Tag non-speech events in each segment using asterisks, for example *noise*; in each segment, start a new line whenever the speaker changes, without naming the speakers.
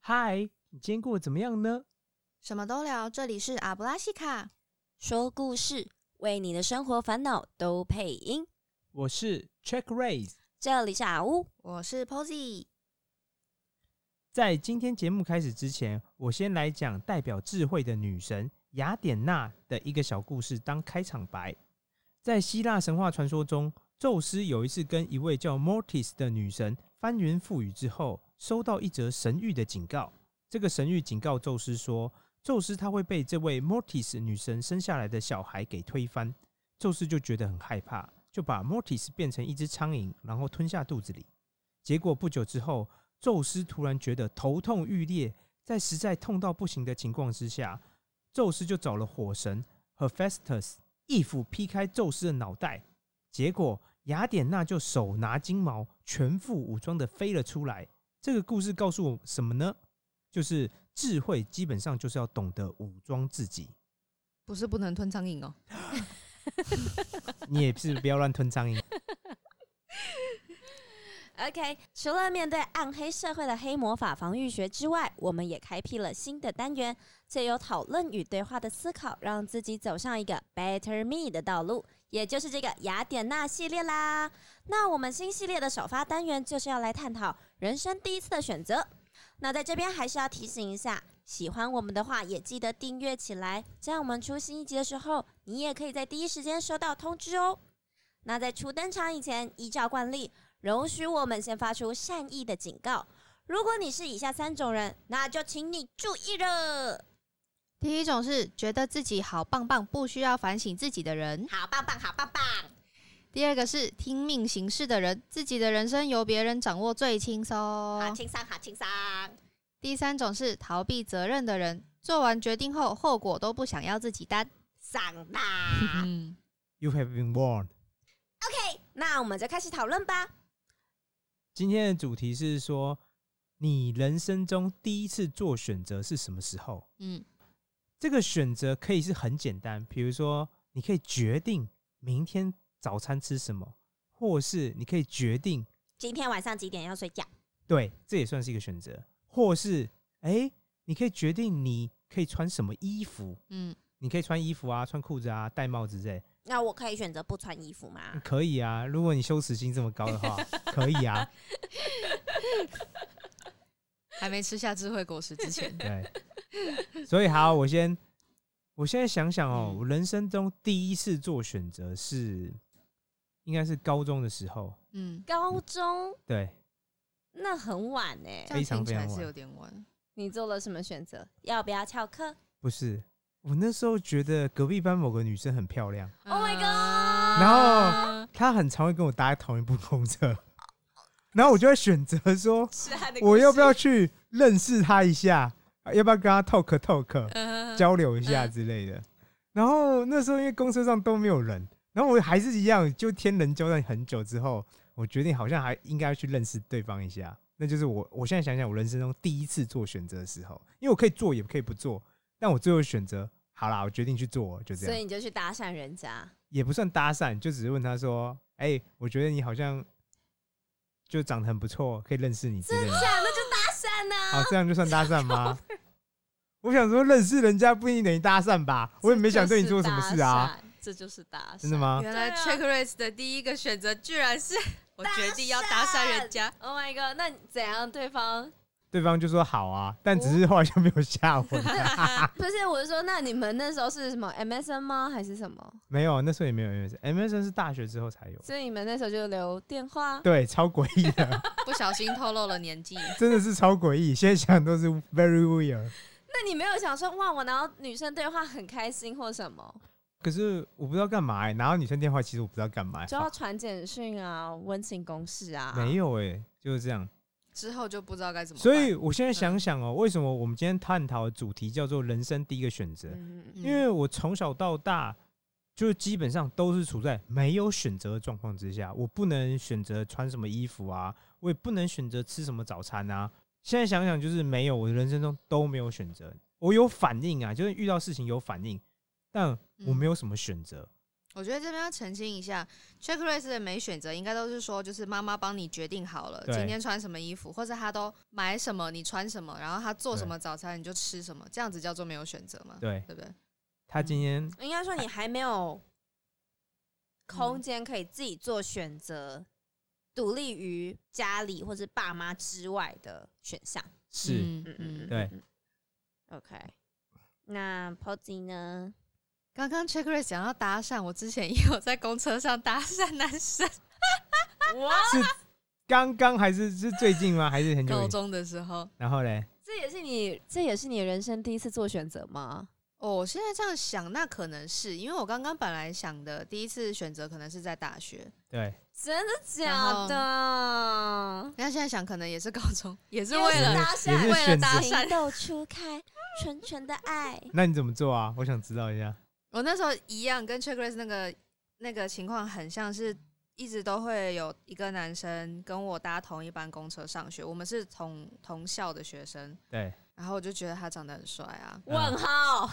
嗨，你今天过得怎么样呢？
什么都聊，这里是阿布拉西卡，
说故事，为你的生活烦恼都配音。
我是 Check Raise。
这里是阿乌，
我是 Posy。
在今天节目开始之前，我先来讲代表智慧的女神雅典娜的一个小故事当开场白。在希腊神话传说中，宙斯有一次跟一位叫 Mortis 的女神翻云覆雨之后，收到一则神谕的警告。这个神谕警告宙斯说，宙斯他会被这位 Mortis 女神生下来的小孩给推翻。宙斯就觉得很害怕，就把 Mortis 变成一只苍蝇，然后吞下肚子里。结果不久之后，宙斯突然觉得头痛欲裂，在实在痛到不行的情况之下，宙斯就找了火神 Hephaestus 一斧劈开宙斯的脑袋。结果雅典娜就手拿金矛，全副武装的飞了出来。这个故事告诉我什么呢？就是智慧基本上就是要懂得武装自己。
不是不能吞苍蝇哦。
你也是不要乱吞苍蝇。
OK，除了面对暗黑社会的黑魔法防御学之外，我们也开辟了新的单元，借由讨论与对话的思考，让自己走上一个 Better Me 的道路，也就是这个雅典娜系列啦。那我们新系列的首发单元就是要来探讨人生第一次的选择。那在这边还是要提醒一下，喜欢我们的话也记得订阅起来，这样我们出新一集的时候，你也可以在第一时间收到通知哦。那在初登场以前，依照惯例，容许我们先发出善意的警告。如果你是以下三种人，那就请你注意了。
第一种是觉得自己好棒棒，不需要反省自己的人；
好棒棒，好棒棒！
第二个是听命行事的人，自己的人生由别人掌握最轻松；
轻松，好轻松。
第三种是逃避责任的人，做完决定后后果都不想要自己担。
上啦
嗯
You have been warned。
那我们就开始讨论吧。
今天的主题是说，你人生中第一次做选择是什么时候？
嗯，
这个选择可以是很简单，比如说你可以决定明天早餐吃什么，或是你可以决定，
今天晚上几点要睡觉？
对，这也算是一个选择，或是哎，你可以决定你可以穿什么衣服，
嗯，
你可以穿衣服啊，穿裤子啊，戴帽子之类，
那我可以选择不穿衣服吗？
可以啊。如果你羞耻心这么高的话，可以啊。，
还没吃下智慧果实之前 *laughs*
对，所以好，我先，我现在想想哦，我人生中第一次做选择是，应该是高中的时候，
嗯，
*laughs* 高中
对，
那很晚呢、
这样
非常
听起来
非常
是
晚
有点晚。
你做了什么选择？要不要翘课？
不是，我那时候觉得隔壁班某个女生很漂亮，
嗯
Oh my god
然后她很常会跟我搭同一部公车， *laughs* 然后我就会选择说，
啊
我要不要去认识她一下，啊要不要跟她 talk talk，
嗯
交流一下之类的。然后那时候因为公车上都没有人，然后我还是一样，就天人交战很久之后，我决定好像还应该要去认识对方一下。那就是我我现在想想，我人生中第一次做选择的时候，因为我可以做也可以不做，但我最后选择好啦，我决定去做，就这
所
样，
以你就去搭讪人家。
也不算搭讪，就只是问他说：“哎、我觉得你好像就长得很不错，可以认识你之类的。”
啊，那就搭讪呐、
啊，这样就算搭讪
*laughs*
吗？我想说，认识人家不一定等于搭讪吧？我也没想对你做什么事啊，
这就是搭讪，这就是搭讪。
真的吗？
原
来 Check
Race 的第一个选择居然 *laughs* 是我
决定要搭讪人
家，
？Oh my god！那怎样？对方
对方就说好啊，但只
哦
是后来就没有下文，
*laughs* 不是我是说，那你们那时候是什么 MSN 吗？还是什么？
没有，那时候也没有 MSN，MSN 是大学之后才有，
所以你们那时候就留电话？
对，超诡异的， *laughs*
不小心透露了年纪。
真的是超诡异，现在想都是 very weird。
那你没有想说哇，我拿到女生对话很开心或什么？
可是我不知道干嘛、欸，拿到女生电话，其实我不知道干嘛、欸
就要传简讯啊，温情攻势啊？
没有哎、就是这样。
之后就不知道该怎么办。
所以我现在想想哦、为什么我们今天探讨的主题叫做人生第一个选择？
嗯，
因为我从小到大，就基本上都是处在没有选择的状况之下，我不能选择穿什么衣服啊，我也不能选择吃什么早餐啊。现在想想，就是没有，我的人生中都没有选择。我有反应啊，就是遇到事情有反应，但我没有什么选择。
嗯我觉得这边要澄清一下，checklist 的每选择应该都是说，就是妈妈帮你决定好了
对
今天穿什么衣服，或者她都买什么，你穿什么，然后她做什么早餐你就吃什么，这样子叫做没有选择嘛，
对
对不对？
他
嗯
今天
嗯应该说你还没
嗯
有空间可以自己做选择，独立于家里或是爸妈之外的选项。
是、
嗯嗯，嗯
对。
嗯嗯 OK，那 Posy 呢？
刚刚 checklist 讲到搭讪，我之前也有在公车上搭讪男生，
哇，
是刚刚还是是最近吗？还是很久
*laughs* 高
以前？
中的时候。
然后嘞，
这也是你这也是你人生第一次做选择吗？
哦，我现在这样想，那可能是因为我刚刚本来想的第一次选择可能是在大学，
对，
真的假的？
那现在想可能也是高中，也是
因为
为了
搭
也是
讪，
为了搭
情
讪。
窦初开，纯纯的
*laughs*
爱。
那你怎么做啊？我想知道一下。
我那时候一样跟 Checklist 那个那个情况很像是。一直都会有一个男生跟我搭同一班公车上学，我们是同同校的学生，
对，
然后我就觉得他长得很帅啊，
嗯
问号，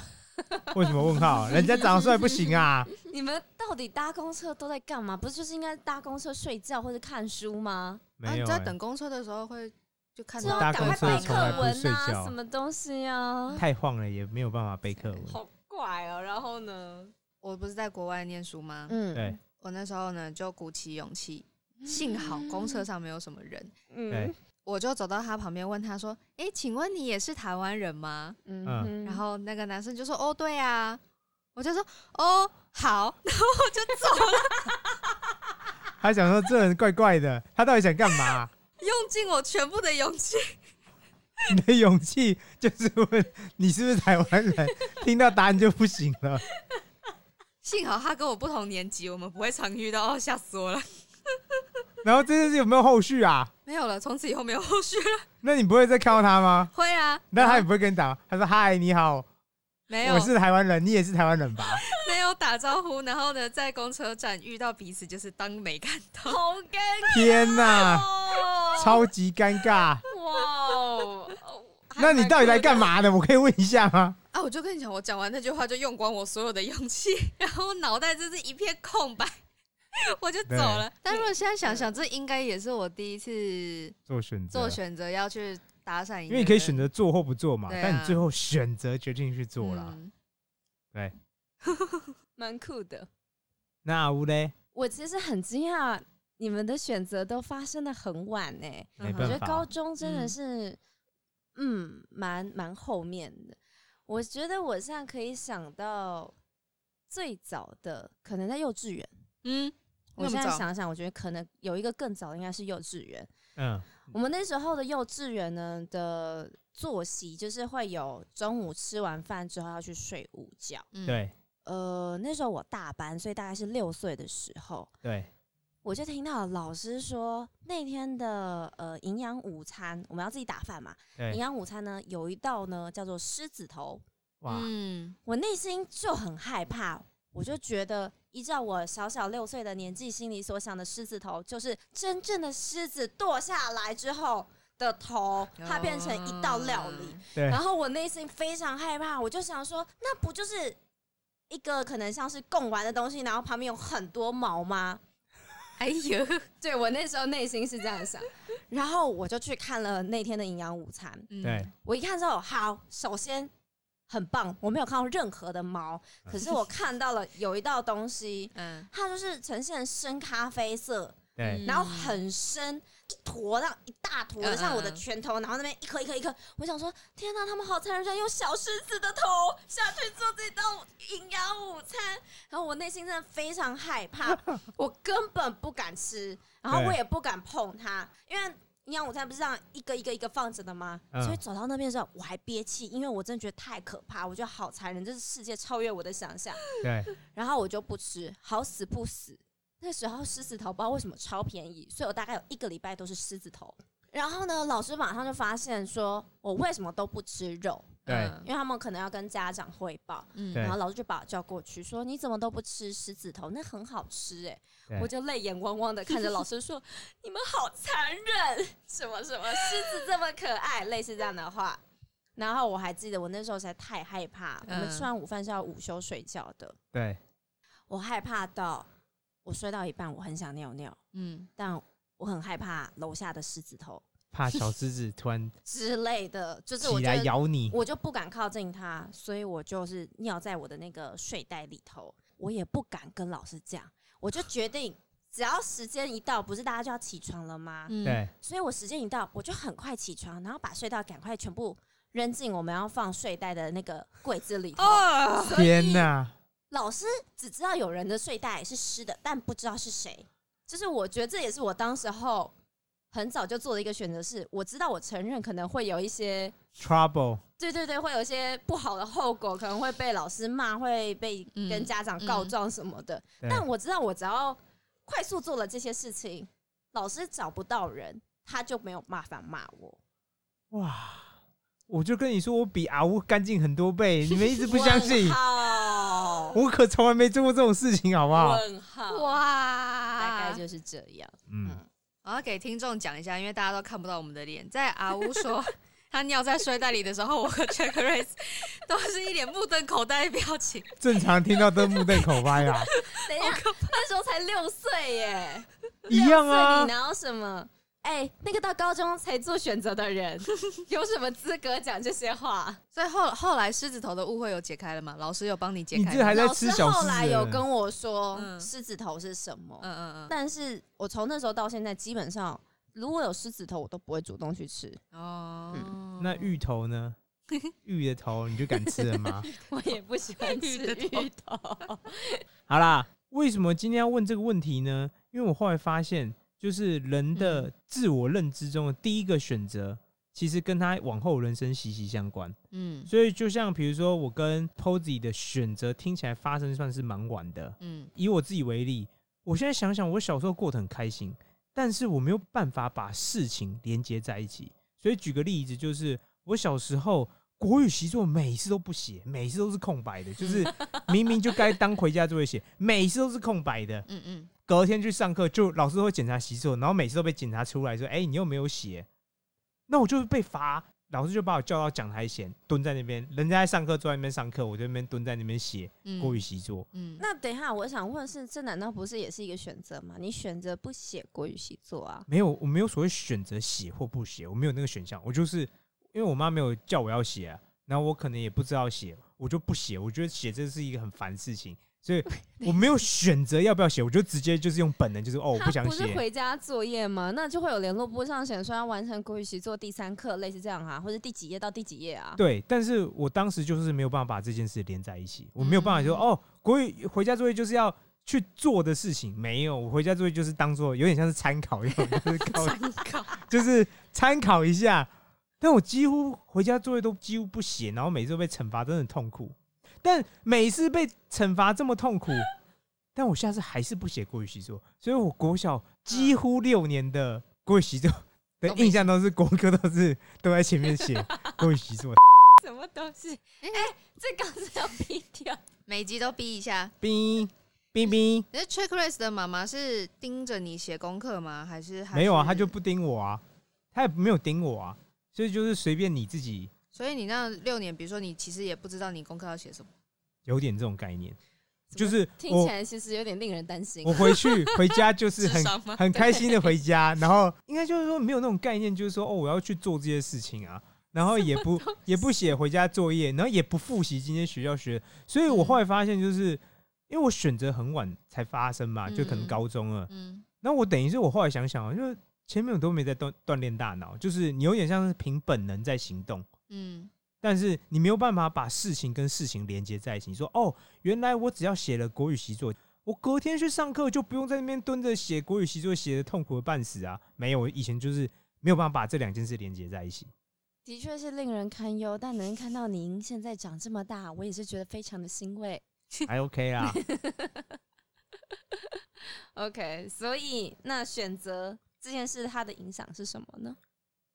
为什么问
*laughs*
号？人家长得帅不行啊？
*laughs* 你们到底搭公车都在干嘛？不是就是应该搭公车睡觉或者看书吗？
然
没
后啊你
有、
在
欸，
等公车的时候会就看
就
到
要
搭
赶
公
快
车
背
从来
课
不
文
睡
啊，
觉
什么东西啊，
太晃了，也没有办法背课文。
好怪哦、然后呢？
我不是在国外念书吗？
嗯
对，
我那时候呢就鼓起勇气，幸好公车上没有什么人，
对
嗯
我就走到他旁边问他说：“诶，请问你也是台湾人吗？”
嗯
嗯
哼
然后那个男生就说：“哦，对啊。”我就说：“哦，好。” *laughs* 然后我就走了，
他想说这人怪怪的，他到底想干嘛、 *laughs*
用尽我全部的勇气。
你的勇气就是问你是不是台湾人， *laughs* 听到答案就不行了。
幸好他跟我不同年级，我们不会常遇到，哦，吓死我了。
然后这件事有没有后续啊？
没有了，从此以后没有后续了。 *laughs*
那你不会再看到他吗？
会啊，
那他也不会跟你打，他说嗨，你好，
没有
我是台湾人，你也是台湾人吧？
没有打招呼，然后呢，在公车站遇到彼此，就是当没看到。
好尴尬
天
*laughs*
哪，
哦，
啊超级尴尬。
哇哦！
*laughs* 那你到底来干嘛的？我可以问一下吗？
啊，我就跟你讲，我讲完那句话就用光我所有的勇气， *laughs* 然后脑袋真是一片空白， *laughs* 我就走了。但如果现在想想，这应该也是我第一次
做选择，
做选择要去搭讪一个
啊
人，
因为你可以选择做或不做嘛，
对啊
但你最后选择决定去做了。
嗯
对，
蛮酷的。
那阿乌嘞，
我其实很惊讶，你们的选择都发生的很晚欸
嗯
呢、
没
我觉
办
得高
法，
中真的
嗯
是，嗯，蛮蛮后面的。我觉得我现在可以想到最早的，可能在幼稚园。
嗯，
我
那么
现在
早
想想，我觉得可能有一个更早的，应该是幼稚园。
嗯，
我们那时候的幼稚园呢的作息就是会有中午吃完饭之后要去睡午觉。
嗯，
对
呃，那时候我大班，所以大概是六岁的时候，
对，
我就听到老师说那天的呃营养午餐，我们要自己打饭嘛。
对
营养午餐呢有一道呢叫做狮子头，
哇，
嗯，
我内心就很害怕，我就觉得依照我小小六岁的年纪，心里所想的狮子头就是真正的狮子剁下来之后的头，它变成一道料理。
对
然，后我内心非常害怕，我就想说，那不就是一个可能像是贡丸的东西，然后旁边有很多毛吗？
哎呦，
对我那时候内心是这样想，然后我就去看了那天的营养午餐。
*laughs* 嗯
对，
我一看之后，好，首先很棒，我没有看到任何的毛，可是我看到了有一道东西，
嗯，
它就是呈现深咖啡色，
对，
然后很深，一坨那样一大坨
嗯
的，
嗯
像我的
嗯
拳头，然后那边一颗一颗一颗，我想说，天哪，他们好残忍，居然用小狮子的头下去做这道营养午餐，然后我内心真的非常害怕，我根本不敢吃，然后
对
我也不敢碰它，因为。营养午餐不是这样一个一个一个放着的吗？
嗯
所以走到那边的时候，我还憋气，因为我真的觉得太可怕，我觉得好残忍，这是世界超越我的想象。
对，
然后我就不吃，好死不死，那时候狮子头不知道为什么超便宜，所以我大概有一个礼拜都是狮子头。然后呢，老师马上就发现说我为什么都不吃肉，
对，
嗯
因为他们可能要跟家长汇报，
嗯
对
然后老师就把我叫过去说你怎么都不吃狮子头，那很好吃哎、
对
我就泪眼汪汪的看着老师说你们好残忍，什么什么狮子这么可爱，类似这样的话。然后我还记得我那时候实在太害怕，我们
嗯
吃完午饭是要午休睡觉的，
对，
我害怕到我睡到一半，我很想尿尿，
嗯，
但我很害怕楼下的狮子头
怕小狮子突然
之类的，就是我
起
觉
来
得
咬你，
我就不敢靠近他，所以我就是尿在我的那个睡袋里头，我也不敢跟老师讲，我就决定。只要时间一到，不是大家就要起床了吗？
嗯，
对，
所以我时间一到，我就很快起床，然后把睡袋赶快全部扔进我们要放睡袋的那个柜子里头。
哦，
所以
天哪！
老师只知道有人的睡袋是湿的，但不知道是谁。就是我觉得这也是我当时候很早就做的一个选择，是我知道我承认可能会有一些，
Trouble，
对对对，会有一些不好的后果，可能会被老师骂，会被
嗯
跟家长告状什么的。
对
但我知道，我只要快速做了这些事情，老师找不到人，他就没有办法骂我。
哇！我就跟你说，我比阿乌干净很多倍，你们一直不相
*laughs*
信
问，号，
我可从来没做过这种事情，好不好？
问号，
哇，
大概就是这样。
嗯，
我要给听众讲一下，因为大家都看不到我们的脸。在阿乌说他尿在睡袋里的时候，我和 Jack Race 都是一脸目瞪口呆的表情。
正常听到都目瞪口啊呆啦，
等一下，那时候才六岁耶，
一样
六岁
啊
你。哪有什么？哎、那个到高中才做选择的人，有什么资格讲这些话？
所以后后来狮子头的误会有解开了吗？老师有帮你解开吗？
你这还在
老
吃
师
小
后
狮
来
子
有
了
跟我说
嗯
狮子头是什么，
嗯嗯嗯
但是我从那时候到现在，基本上如果有狮子头，我都不会主动去吃，
哦，
嗯那芋头呢？芋的头你就敢吃了吗？ *laughs*
我也不喜欢吃
芋头
芋头。
好啦，为什么今天要问这个问题呢？因为我后来发现，就是人的自我认知中的第一个选择，其实跟他往后人生息息相关。
嗯
所以，就像比如说，我跟 Posy 的选择听起来发生算是蛮晚的。
嗯
以我自己为例，我现在想想，我小时候过得很开心，但是我没有办法把事情连接在一起。所以举个例子，就是我小时候国语习作每次都不写，每次都是空白的，就是明明就该当回家作业写，每次都是空白的。
嗯嗯，
隔天去上课，就老师会检查习作，然后每次都被检查出来说：“哎、你又没有写。”那我就被罚，老师就把我叫到讲台前，蹲在那边，人家在上课坐在那边上课，我就在那边蹲在那边写
嗯
国语习作。
嗯，
*laughs* 那等一下，我想问是，这难道不是也是一个选择吗？你选择不写国语习作啊？
没有，我没有所谓选择写或不写，我没有那个选项。我就是因为我妈没有叫我要写、啊，然后我可能也不知道写，我就不写。我觉得写这是一个很烦的事情，所以我没有选择要不要写，我就直接就是用本能，就是哦，我
他
不想
是
写。
回家作业吗？那就会有联络簿上显说要完成国语习作第三课，类似这样哈、啊或者第几页到第几页啊？
对，但是我当时就是没有办法把这件事连在一起，我没有办法说、
嗯
哦，国语回家作业就是要去做的事情，没有，我回家作业就是当做有点像是参考一样，
*laughs*
就是靠
嗯
就是参考一下。但我几乎回家作业都几乎不写，然后每次都被惩罚，真的很痛苦。但每次被惩罚这么痛苦，但我下次还是不写国语习作，所以我国小
嗯
几乎六年的国语习
*laughs*
作的
都没
印象都是国歌都是都在前面
*laughs*
写国语习作，
什么东西？哎、这刚是要逼掉。
*laughs* 每集都逼一下。
冰冰冰
那 Check Race 的妈妈是盯着你写功课吗？还是还
没有啊，
是
他就不盯我啊，他也没有盯我啊，所以就是随便你自己
所以你那六年，比如说你其实也不知道你功课要写什么。
有点这种概念，
怎
就
么
是
听
我
起来其实有点令人担心
我。回去回家就是
智
很
商 *laughs* 吗
很开心的回家，然后应该就是说没有那种概念，就是说哦我要去做这些事情啊，然后也不也不写回家作业，然后也不复习今天学校学的，所以我后来发现就是。因为我选择很晚才发生嘛，就可能
嗯
高中了。
嗯
那我等于是我后来想想啊，就是前面我都没在锻锻炼大脑，就是你有点像是凭本能在行动，
嗯
但是你没有办法把事情跟事情连接在一起。你说哦，原来我只要写了国语习作，我隔天去上课就不用在那边蹲着写国语习作，写的痛苦的半死啊！没有，我以前就是没有办法把这两件事连接在一起。
的确是令人堪忧，但能看到您现在长这么大，我也是觉得非常的欣慰。
还 OK 啊啦，
OK，所以那选择这件事它的影响是什么呢？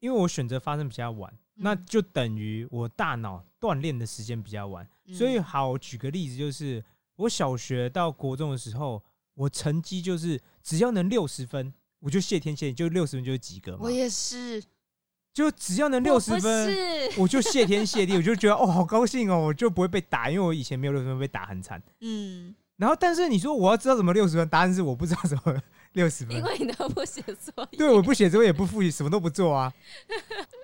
因为我选择发生比较晚，那就等于我大脑锻炼的时间比较晚。
嗯
所以好，我举个例子，就是我小学到国中的时候，我成绩就是只要能六十分，我就谢天谢地，就六十分就是及格嘛
我。也是，
就只要能
我
六十
不
分，
是，
*laughs* 我就谢天谢地，我就觉得哦，好高兴哦，我就不会被打，因为我以前没有六十分被打很惨。
嗯
然后，但是你说我要知道怎么六十分，答案是我不知道怎么六十分
因。为你都不写作业。
*laughs* 对，我不写作业，也不复习，什么都不做啊。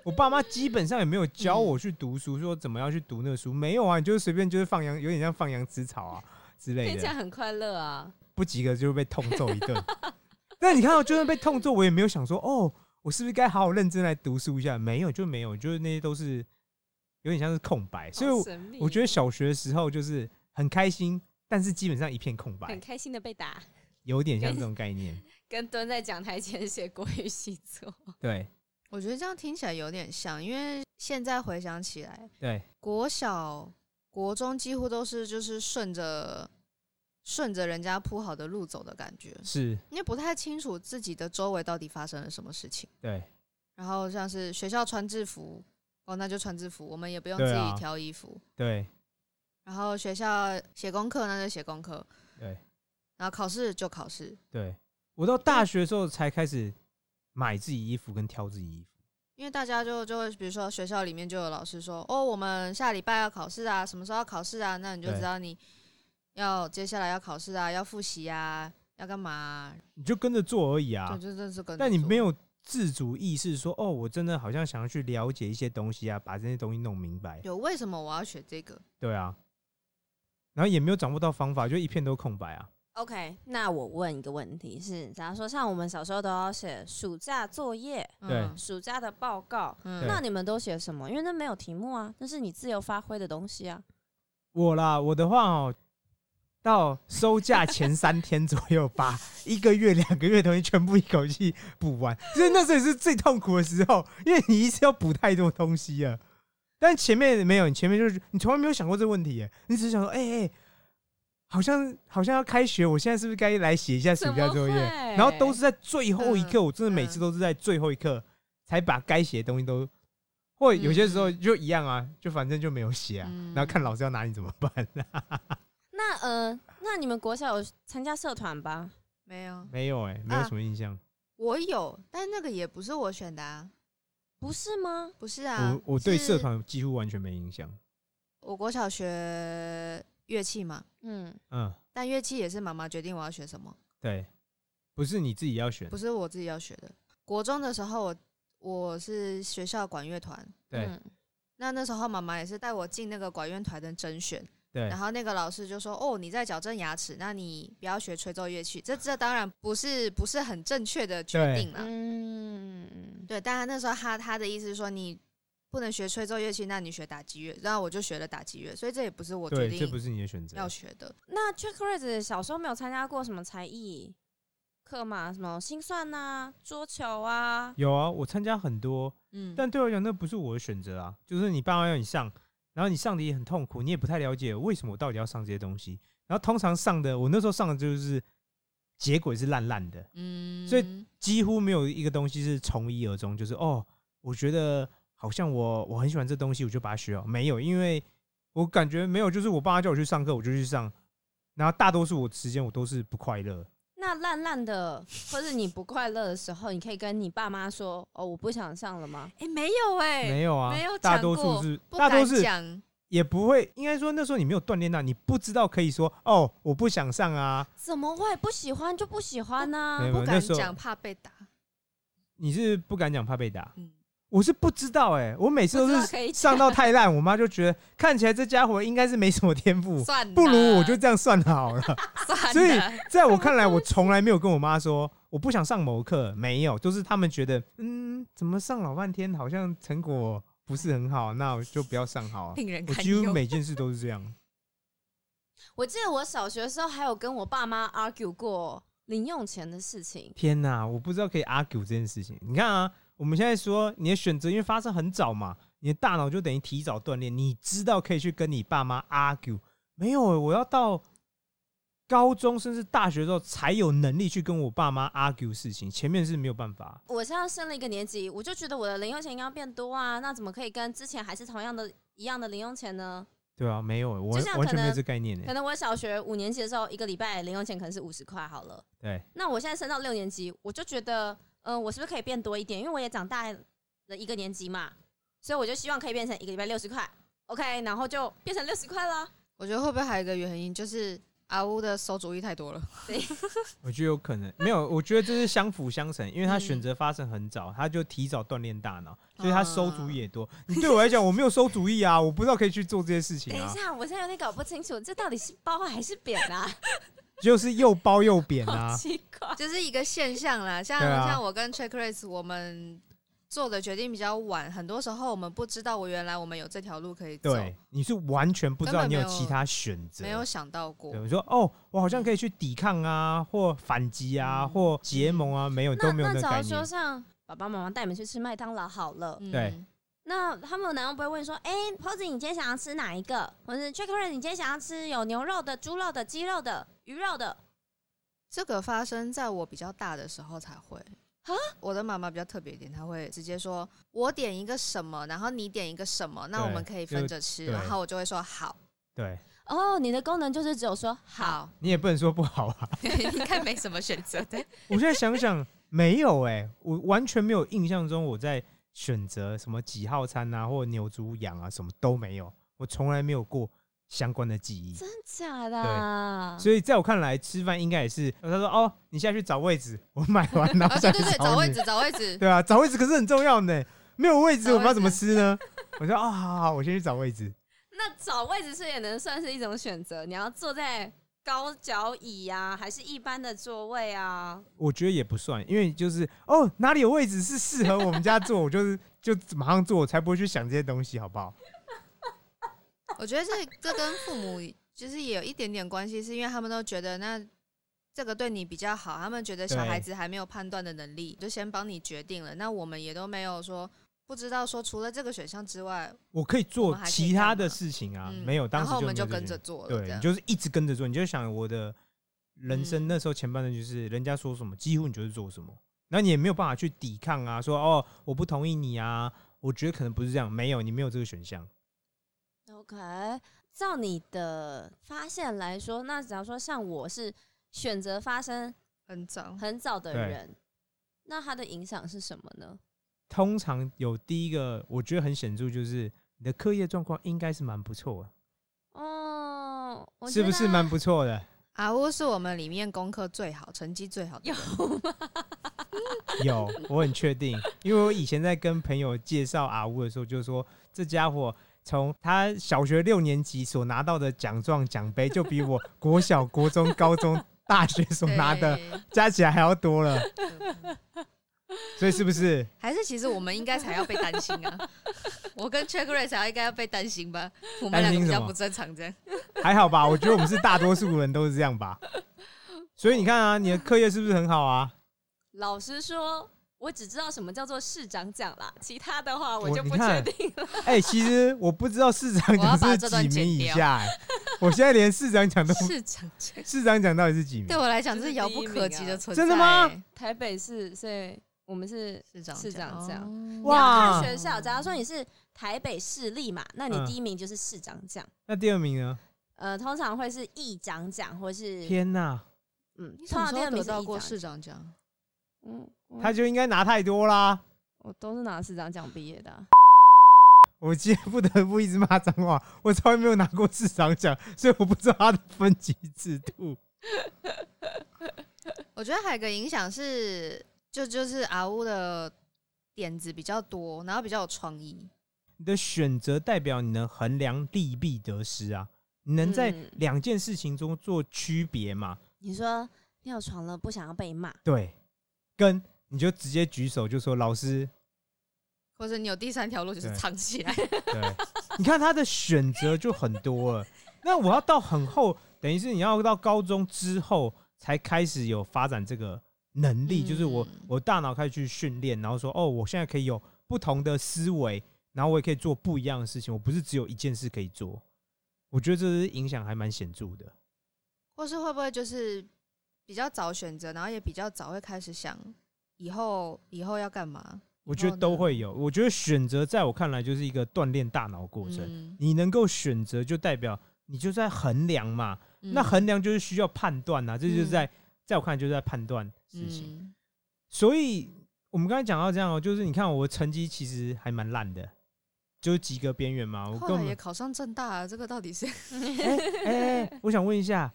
我爸妈基本上也没有教我去读书，说怎么样去读那个书，没有啊，你就是随便就是放羊，有点像放羊吃草啊之类
*laughs* 听起来
的，
很快乐啊。
不及格就会被痛揍一顿。那你看到就算被痛揍，我也没有想说哦，我是不是该好好认真来读书一下？没有，就没有，就是那些都是有点像是空白。所以
好
我
神秘
我觉得小学的时候就是很开心，但是基本上一片空
很
白，
开心的被打，
有点像这种概
*laughs*
念。
跟蹲在讲台前写国语习作。
哦
对
我觉得这样听起来有点像，因为现在回想起来，
对，
国小、国中几乎都是就是顺着顺着人家铺好的路走的感觉，
是，
因为不太清楚自己的周围到底发生了什么事情。
对
然后像是学校穿制服，哦，那就穿制服，我们也不用自
对啊
己挑衣服。
对
然后学校写功课，那就写功课。
对。
然后考试就考试，
对我到大学的时候才开始买自己衣服跟挑自己衣服。
因为大家就就会，比如说学校里面就有老师说，哦，我们下礼拜要考试啊，什么时候要考试啊？那你就
对
知道你要接下来要考试啊，要复习啊，要干嘛、啊？
你就跟着做而已啊
对，。就真的是跟着做。
但你没有自主意识说，哦，我真的好像想要去了解一些东西啊，把这些东西弄明白。
有为什么我要学这个
对啊，然后也没有掌握到方法，就一片都空白啊。
OK，那我问一个问题是，假如说像我们小时候都要写暑假作业、
对
嗯
暑假的报告，
嗯，
对
那你们都写什么？因为那没有题目啊，那是你自由发挥的东西啊。
我啦，我的话哦，到收假前三天左右，把 *laughs* 一个月、两个月的东西全部一口气补完，所以那时候也是最痛苦的时候，因为你一次要补太多东西了。但前面没有，你前面就是你从来没有想过这个问题耶，你只是想说，哎、哎、好像好像要开学，我现在是不是该来写一下暑假作业
怎么？会
然后都是在最后一刻，我真的每
嗯
次都是在最后一刻才把该写的东西都，或有些时
嗯
候就一样啊，就反正就没有写啊，
嗯
然后看老师要拿你怎么办、
那呃，那你们国小有参加社团吧？
没有，
*laughs* 没有哎、没有
啊
什么印象。
我有，但那个也不是我选的啊，
不是吗？
不是啊。
我我对
是
社，团几乎完全没印象。
我国小学乐器嘛，
嗯，
嗯，
但乐器也是妈妈决定我要学什么，
对，不是你自己要选
不，是我自己要学的。国中的时候我，我是学校管乐团，
对、
嗯
那那时候妈妈也是带我进那个管乐团的甄选，
对
然后那个老师就说：“哦，你在矫正牙齿，那你不要学吹奏乐器。这”这当然不是不是很正确的决定了，
嗯，
对。但他那时候他他的意思是说你不能学吹奏乐器，那你学打击乐，然后我就学了打击乐，所以这也不是我决
对，这
定
不是你的选择啊
要。学的。
那 Jack Rose 小时候没有参加过什么才艺课吗？什么心算呐、桌球啊？
有啊，我参加很多，
嗯，
但对我来讲那不是我的选择啊，就是你爸妈要你上，然后你上的也很痛苦，你也不太了解为什么我到底要上这些东西。然后通常上的，我那时候上的就是结果是烂烂的，
嗯
所以几乎没有一个东西是从一而终，就是哦，我觉得好像我我很喜欢这东西，我就把它学好。没有，因为我感觉没有，就是我爸妈叫我去上课，我就去上。然后大多数我时间我都是不快乐，
那烂烂的，或是你不快乐的时候，你可以跟你爸妈说：“哦，我不想上了吗
哎、没有哎、
没有啊
没有，
大
讲
多数
过
是
不
大多
敢
是
讲，
也不会，应该说那时候你没有锻炼到，你不知道可以说哦，我不想上啊。？”
怎么会不喜欢就不喜欢啊呢、
没有，
不
没有那
敢
时候
讲，怕被打。
你是不敢讲怕被打，
嗯，
我是不知道哎、我每次都
不知道
是
可以
上到太烂，我妈就觉得看起来这家伙应该是没什么天赋，
算了，
不如我就这样算了好了。
算
所以
了。
在我看来，我从来没有跟我妈说我不想上某课，没有，就是他们觉得，嗯，怎么上老半天，好像成果不是很好，那我就不要上
*laughs*
好了。啊
*laughs* 令人
我
堪
几乎
忧。
每件事都是这样，
我记得我小学的时候还有跟我爸妈 argue 过零用钱的事情。
天哪，我不知道可以 argue 这件事情。你看啊，我们现在说你的选择，因为发生很早嘛，你的大脑就等于提早锻炼，你知道可以去跟你爸妈 argue，没有、我要到。高中甚至大学的时候才有能力去跟我爸妈 argue 事情，前面是没有办法。
我现在升了一个年级，我就觉得我的零用钱应该要变多啊，那怎么可以跟之前还是同样的一样的零用钱呢？
对啊，没有欸，我
就
完
像
完
可
全没有
能
这概念呢
可。能我小学五年级的时候，一个礼拜零用钱可能是五十块好了。
对
那我现在升到六年级，我就觉得，嗯、我是不是可以变多一点？因为我也长大了一个年级嘛，所以我就希望可以变成一个礼拜六十块，OK，然后就变成六十块了。
我觉得会不会还有一个原因就是阿乌的馊主意太多了。 *laughs*
我觉得有可能没有，我觉得这是相辅相成，因为他
嗯
选择发生很早，他就提早锻炼大脑，所以他馊
啊
主意也多。你对我来讲，我没有馊主意啊，我不知道可以去做这些事情
等一
啊，
下，我现在有点搞不清楚，这到底是包还是扁啊？
就是又包又扁 *laughs*
好
啊。
奇怪。
就是一个现象啦。像、
对啊
像我跟 Check Race，我们做的决定比较晚，很多时候我们不知道我原来我们有这条路可以走，
对，你是完全不知道
根本
你有
没有
其他选择，
没有想到过
对，。我说哦，我好像可以去抵抗啊，或反击啊，
嗯
或结盟啊，没有都
那
没有
那
那个
假
概
如说
念。
像爸爸妈妈带你们去吃麦当劳好了，
嗯
对
那他们难道不会问说，哎、p o s y 你今天想要吃哪一个？或是 Check r a 你今天想要吃有牛肉的、猪肉的、鸡肉的、鱼肉的？
这个发生在我比较大的时候才会。
啊，
我的妈妈比较特别一点，她会直接说：“我点一个什么，然后你点一个什么，那我们可以分着吃。”
对
然后我就会说：“好，
对
哦，你的功能就是只有说好，
好。 *laughs*
你也不能说不好啊。”
应该没什么选择。对，
我现在想想，没有哎、我完全没有印象中我在选择什么几号餐啊，或牛猪羊啊，什么都没有，我从来没有过相关的记忆。
真假的啊？
所以在我看来，吃饭应该也是他说哦，你现在去找位置，我买完然后
啊，
再
*laughs* 对
去 *laughs*
对对，
找
找位
你
置，找位置。
对啊，找位置可是很重要呢。没有位置，
找
我
位
们要怎么吃呢？我说哦，好好好，我先去找位置。
那找位置是也能算是一种选择，你要坐在高脚椅啊，还是一般的座位啊？
我觉得也不算，因为就是哦，哪里有位置是适合我们家做，我就是就马上做，我才不会去想这些东西，好不好？
我觉得这这跟父母就是也有一点点关系，是因为他们都觉得那这个对你比较好，他们觉得小孩子还没有判断的能力，就先帮你决定了。那我们也都没有说不知道说除了这个选项之外，
我可以
我
做
们还可以
其他的
干嘛
事情啊，
嗯
没有，当
然
时
后我们
没有这
就跟
些
着做了。这
对，你
样
就是一直跟着做，你就想我的人生
嗯
那时候前半段就是人家说什么，几乎你就是做什么，那你也没有办法去抵抗啊，说哦我不同意你啊，我觉得可能不是这样，没有，你没有这个选项。
OK，照你的发现来说，那假如说像我是选择发生
很早，
很早的
对
人，那它的影响是什么呢？
通常有第一个，我觉得很显著就是你的课业状况应该是蛮不错
哦，我
的，
觉
是
得
不是蛮不错的？
阿乌是我们里面功课最好、成绩最好
*laughs*
的
有
人。
吗？
有，我很确定，因为我以前在跟朋友介绍阿乌的时候，就说这家伙从他小学六年级所拿到的奖状奖杯，就比我国小、国中、高中、大学所拿的
*laughs* 对，
加起来还要多了，所以是不是？
还是其实我们应该才要被担心啊！ *laughs* 我跟 Check Race 才应该要被担心吧？我们
担
两
心
个比
什
较
么
不正常，这样
还好吧？我觉得我们是大多数人都是这样吧。所以你看啊，你的课业是不是很好啊？
老实说，我只知道什么叫做市长奖啦，其他的话
我
我就
你
不确
看
定了。 *laughs*
哎、其实我不知道市长
我要
奖
把
是
这段
几名以
剪掉
下、哎我现在连市长奖都不，
*laughs* 是长这样。
市长奖到底是几名
对？我来讲，
这
这
是
是遥
第
不
一
可
名
及
啊
的存在。
真的吗
台北市，所以我们是
市长哦
市长这样
样
你要
哇
看学校，假如说你是台北市立嘛，那你
嗯
第一名就是市长奖，
那第二名呢？
呃，通常会是议长奖或是
天哪、
嗯，
你什
通
么
常
时
第
候
二名
得
是
到
议
过
长
市
奖，
长奖？
嗯，我
他就应该拿太多啦。
我都是拿市长奖毕业的啊、
我今天不得不一直骂脏话，我从来没有拿过市长奖，所以我不知道他的分级制度。
我觉得还有一个影响是，就就是阿乌的点子比较多，然后比较有创意。
你的选择代表你能衡量利弊得失啊，你能在
嗯
两件事情中做区别嘛？
你说尿床了不想要被骂，
对，跟你就直接举手就说老师，
或者你有第三条路，就是
对
藏起来。 *laughs*
对， *laughs* 你看他的选择就很多了。那我要到很后，等于是你要到高中之后才开始有发展这个能力，就是我
嗯
我大脑开始去训练，然后说哦，我现在可以有不同的思维，然后我也可以做不一样的事情，我不是只有一件事可以做。我觉得这是影响还蛮显著
哦啊
的。
或是会不会就是比较早选择，然后也比较早会开始想以后以后要干嘛？
我觉得都会有。我觉得选择在我看来就是一个锻炼大脑过程。
嗯
你能够选择，就代表你就在衡量嘛。那
嗯
衡量就是需要判断啊呐、这就是
嗯
在、在我看来就是在判断事情。
嗯
所以我们刚才讲到这样哦、就是你看我成绩其实还蛮烂的，就是及格边缘嘛。我
嗯后
根
来也
本
考上正大、啊，这个到底是
哎
*laughs*
哎、哎我想问一下，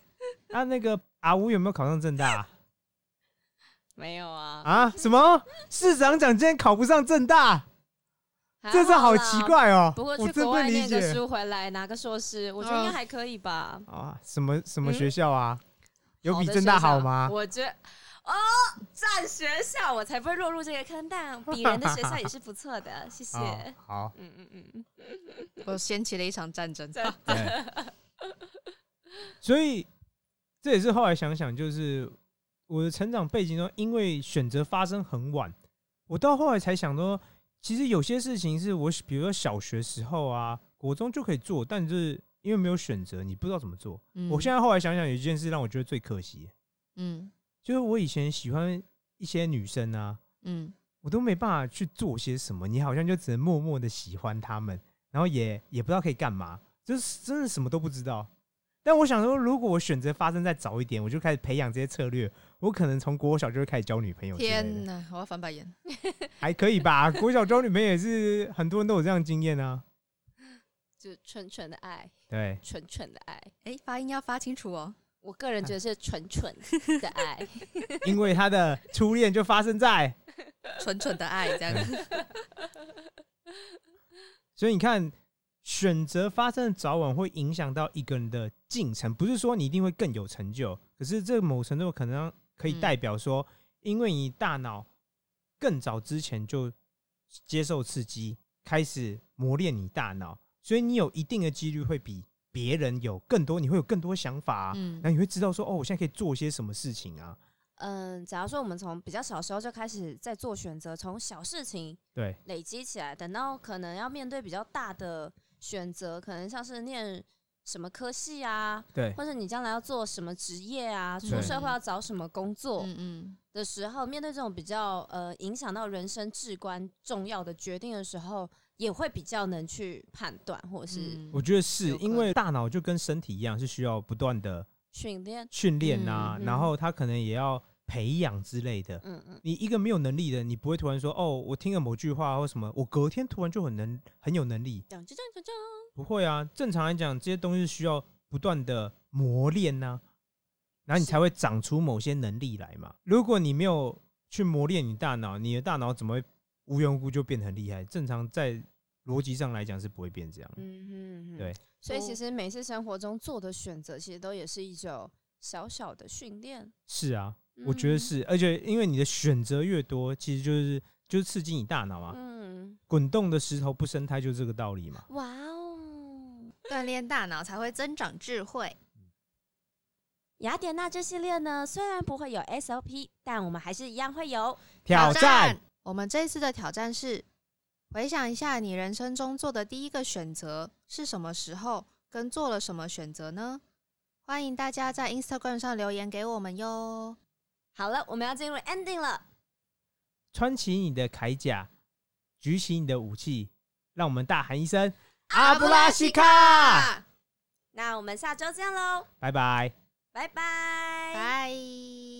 那那个阿吴有没有考上正大
*laughs* 没有
啊？
啊，
啊什么？市长讲今天考不上正大，这
是
是好奇。怪哦、
啊不过
我
去
真
国
不
外
理
念个
解嗯
书回来拿个硕士，我觉得应该还可以吧。
啊，什么什么
嗯
学校啊？有
好
比
的
正
学
大
校
好吗？啊
我觉哦，战学校我才不会落入这个坑，
*laughs*
但鄙人的学校也是不错的，谢谢。
哦好，
嗯嗯嗯嗯，
*laughs* 我掀起了一场战争。
真的
*laughs* 对，所以这也是后来想想，就是我的成长背景中，因为选择发生很晚，我到后来才想说，其实有些事情是我，比如说小学时候啊，国中就可以做，但是因为没有选择，你不知道怎么做。
嗯
我现在后来想想，有一件事让我觉得最可惜，
嗯
就是我以前喜欢一些女生啊，
嗯，
我都没办法去做些什么，你好像就只能默默的喜欢他们，然后也也不知道可以干嘛，就是真的什么都不知道。但我想说，如果我选择发生再早一点，我就开始培养这些策略，我可能从国小就会开始交女朋友之类的。
天哪，我要翻白眼。
还可以吧？国小交女朋友也是很多人都有这样的经验啊。
*laughs* 就纯纯的爱，
对，
纯纯的爱。
哎，发音要发清
*laughs*
楚哦。
我个人
哎
觉得是纯纯的爱， *laughs*
因为他的初恋就发生在，
蠢蠢的爱
*laughs*
这样
哎
子。
所以你看，选择发生的早晚会影响到一个人的进程，不是说你一定会更有成就，可是这某程度可能可以代
嗯
表说，因为你大脑更早之前就接受刺激，开始磨练你大脑，所以你有一定的几率会比别人有更多，你会有更多想法、啊，
嗯
然后你会知道说，哦，我现在可以做些什么事情啊？
嗯，假如说我们从比较小时候就开始在做选择，从小事情
对，
累积起来，等到可能要面对比较大的选择，可能像是念什么科系啊，
对，
或者你将来要做什么职业啊，出
对
社会要找什么工作
嗯嗯
的时候，面对这种比较呃影响到人生至关重要的决定的时候，也会比较能去判断或是
嗯
我觉得是
有可能
因为大脑就跟身体一样，是需要不断的
训练。
训练啊，
嗯嗯
然后他可能也要培养之类的。
嗯嗯，
你一个没有能力的，你不会突然说哦，我听了某句话或什么，我隔天突然就很能很有能力，
这样就这样就
不会啊。正常来讲，这些东西是需要不断的磨练呐、然后你
是
才会长出某些能力来嘛。如果你没有去磨练你大脑，你的大脑怎么会无缘无故就变得很厉害？正常在逻辑上来讲是不会变这样的。
嗯嗯嗯，
对。
所以
我
其实每次生活中做的选择，其实都也是一种小小的训练。
是啊，我觉得
嗯，
是，而且因为你的选择越多，其实就是就是刺激你大脑啊。
嗯，
滚动的石头不生苔，就这个道理嘛。
哇哦。
锻炼大脑才会增长智慧。
雅典娜这系列呢，虽然不会有 SOP，但我们还是一样会有。
挑战，
我们这一次的挑战是回想一下你人生中做的第一个选择是什么时候，跟做了什么选择呢？欢迎大家在 Instagram 上留言给我们哟。
好了，我们要进入 ending 了。
穿起你的铠甲，举起你的武器，让我们大喊一声“阿布拉西卡
啊，
那我们下周见喽，”，
拜拜。
拜拜。
拜。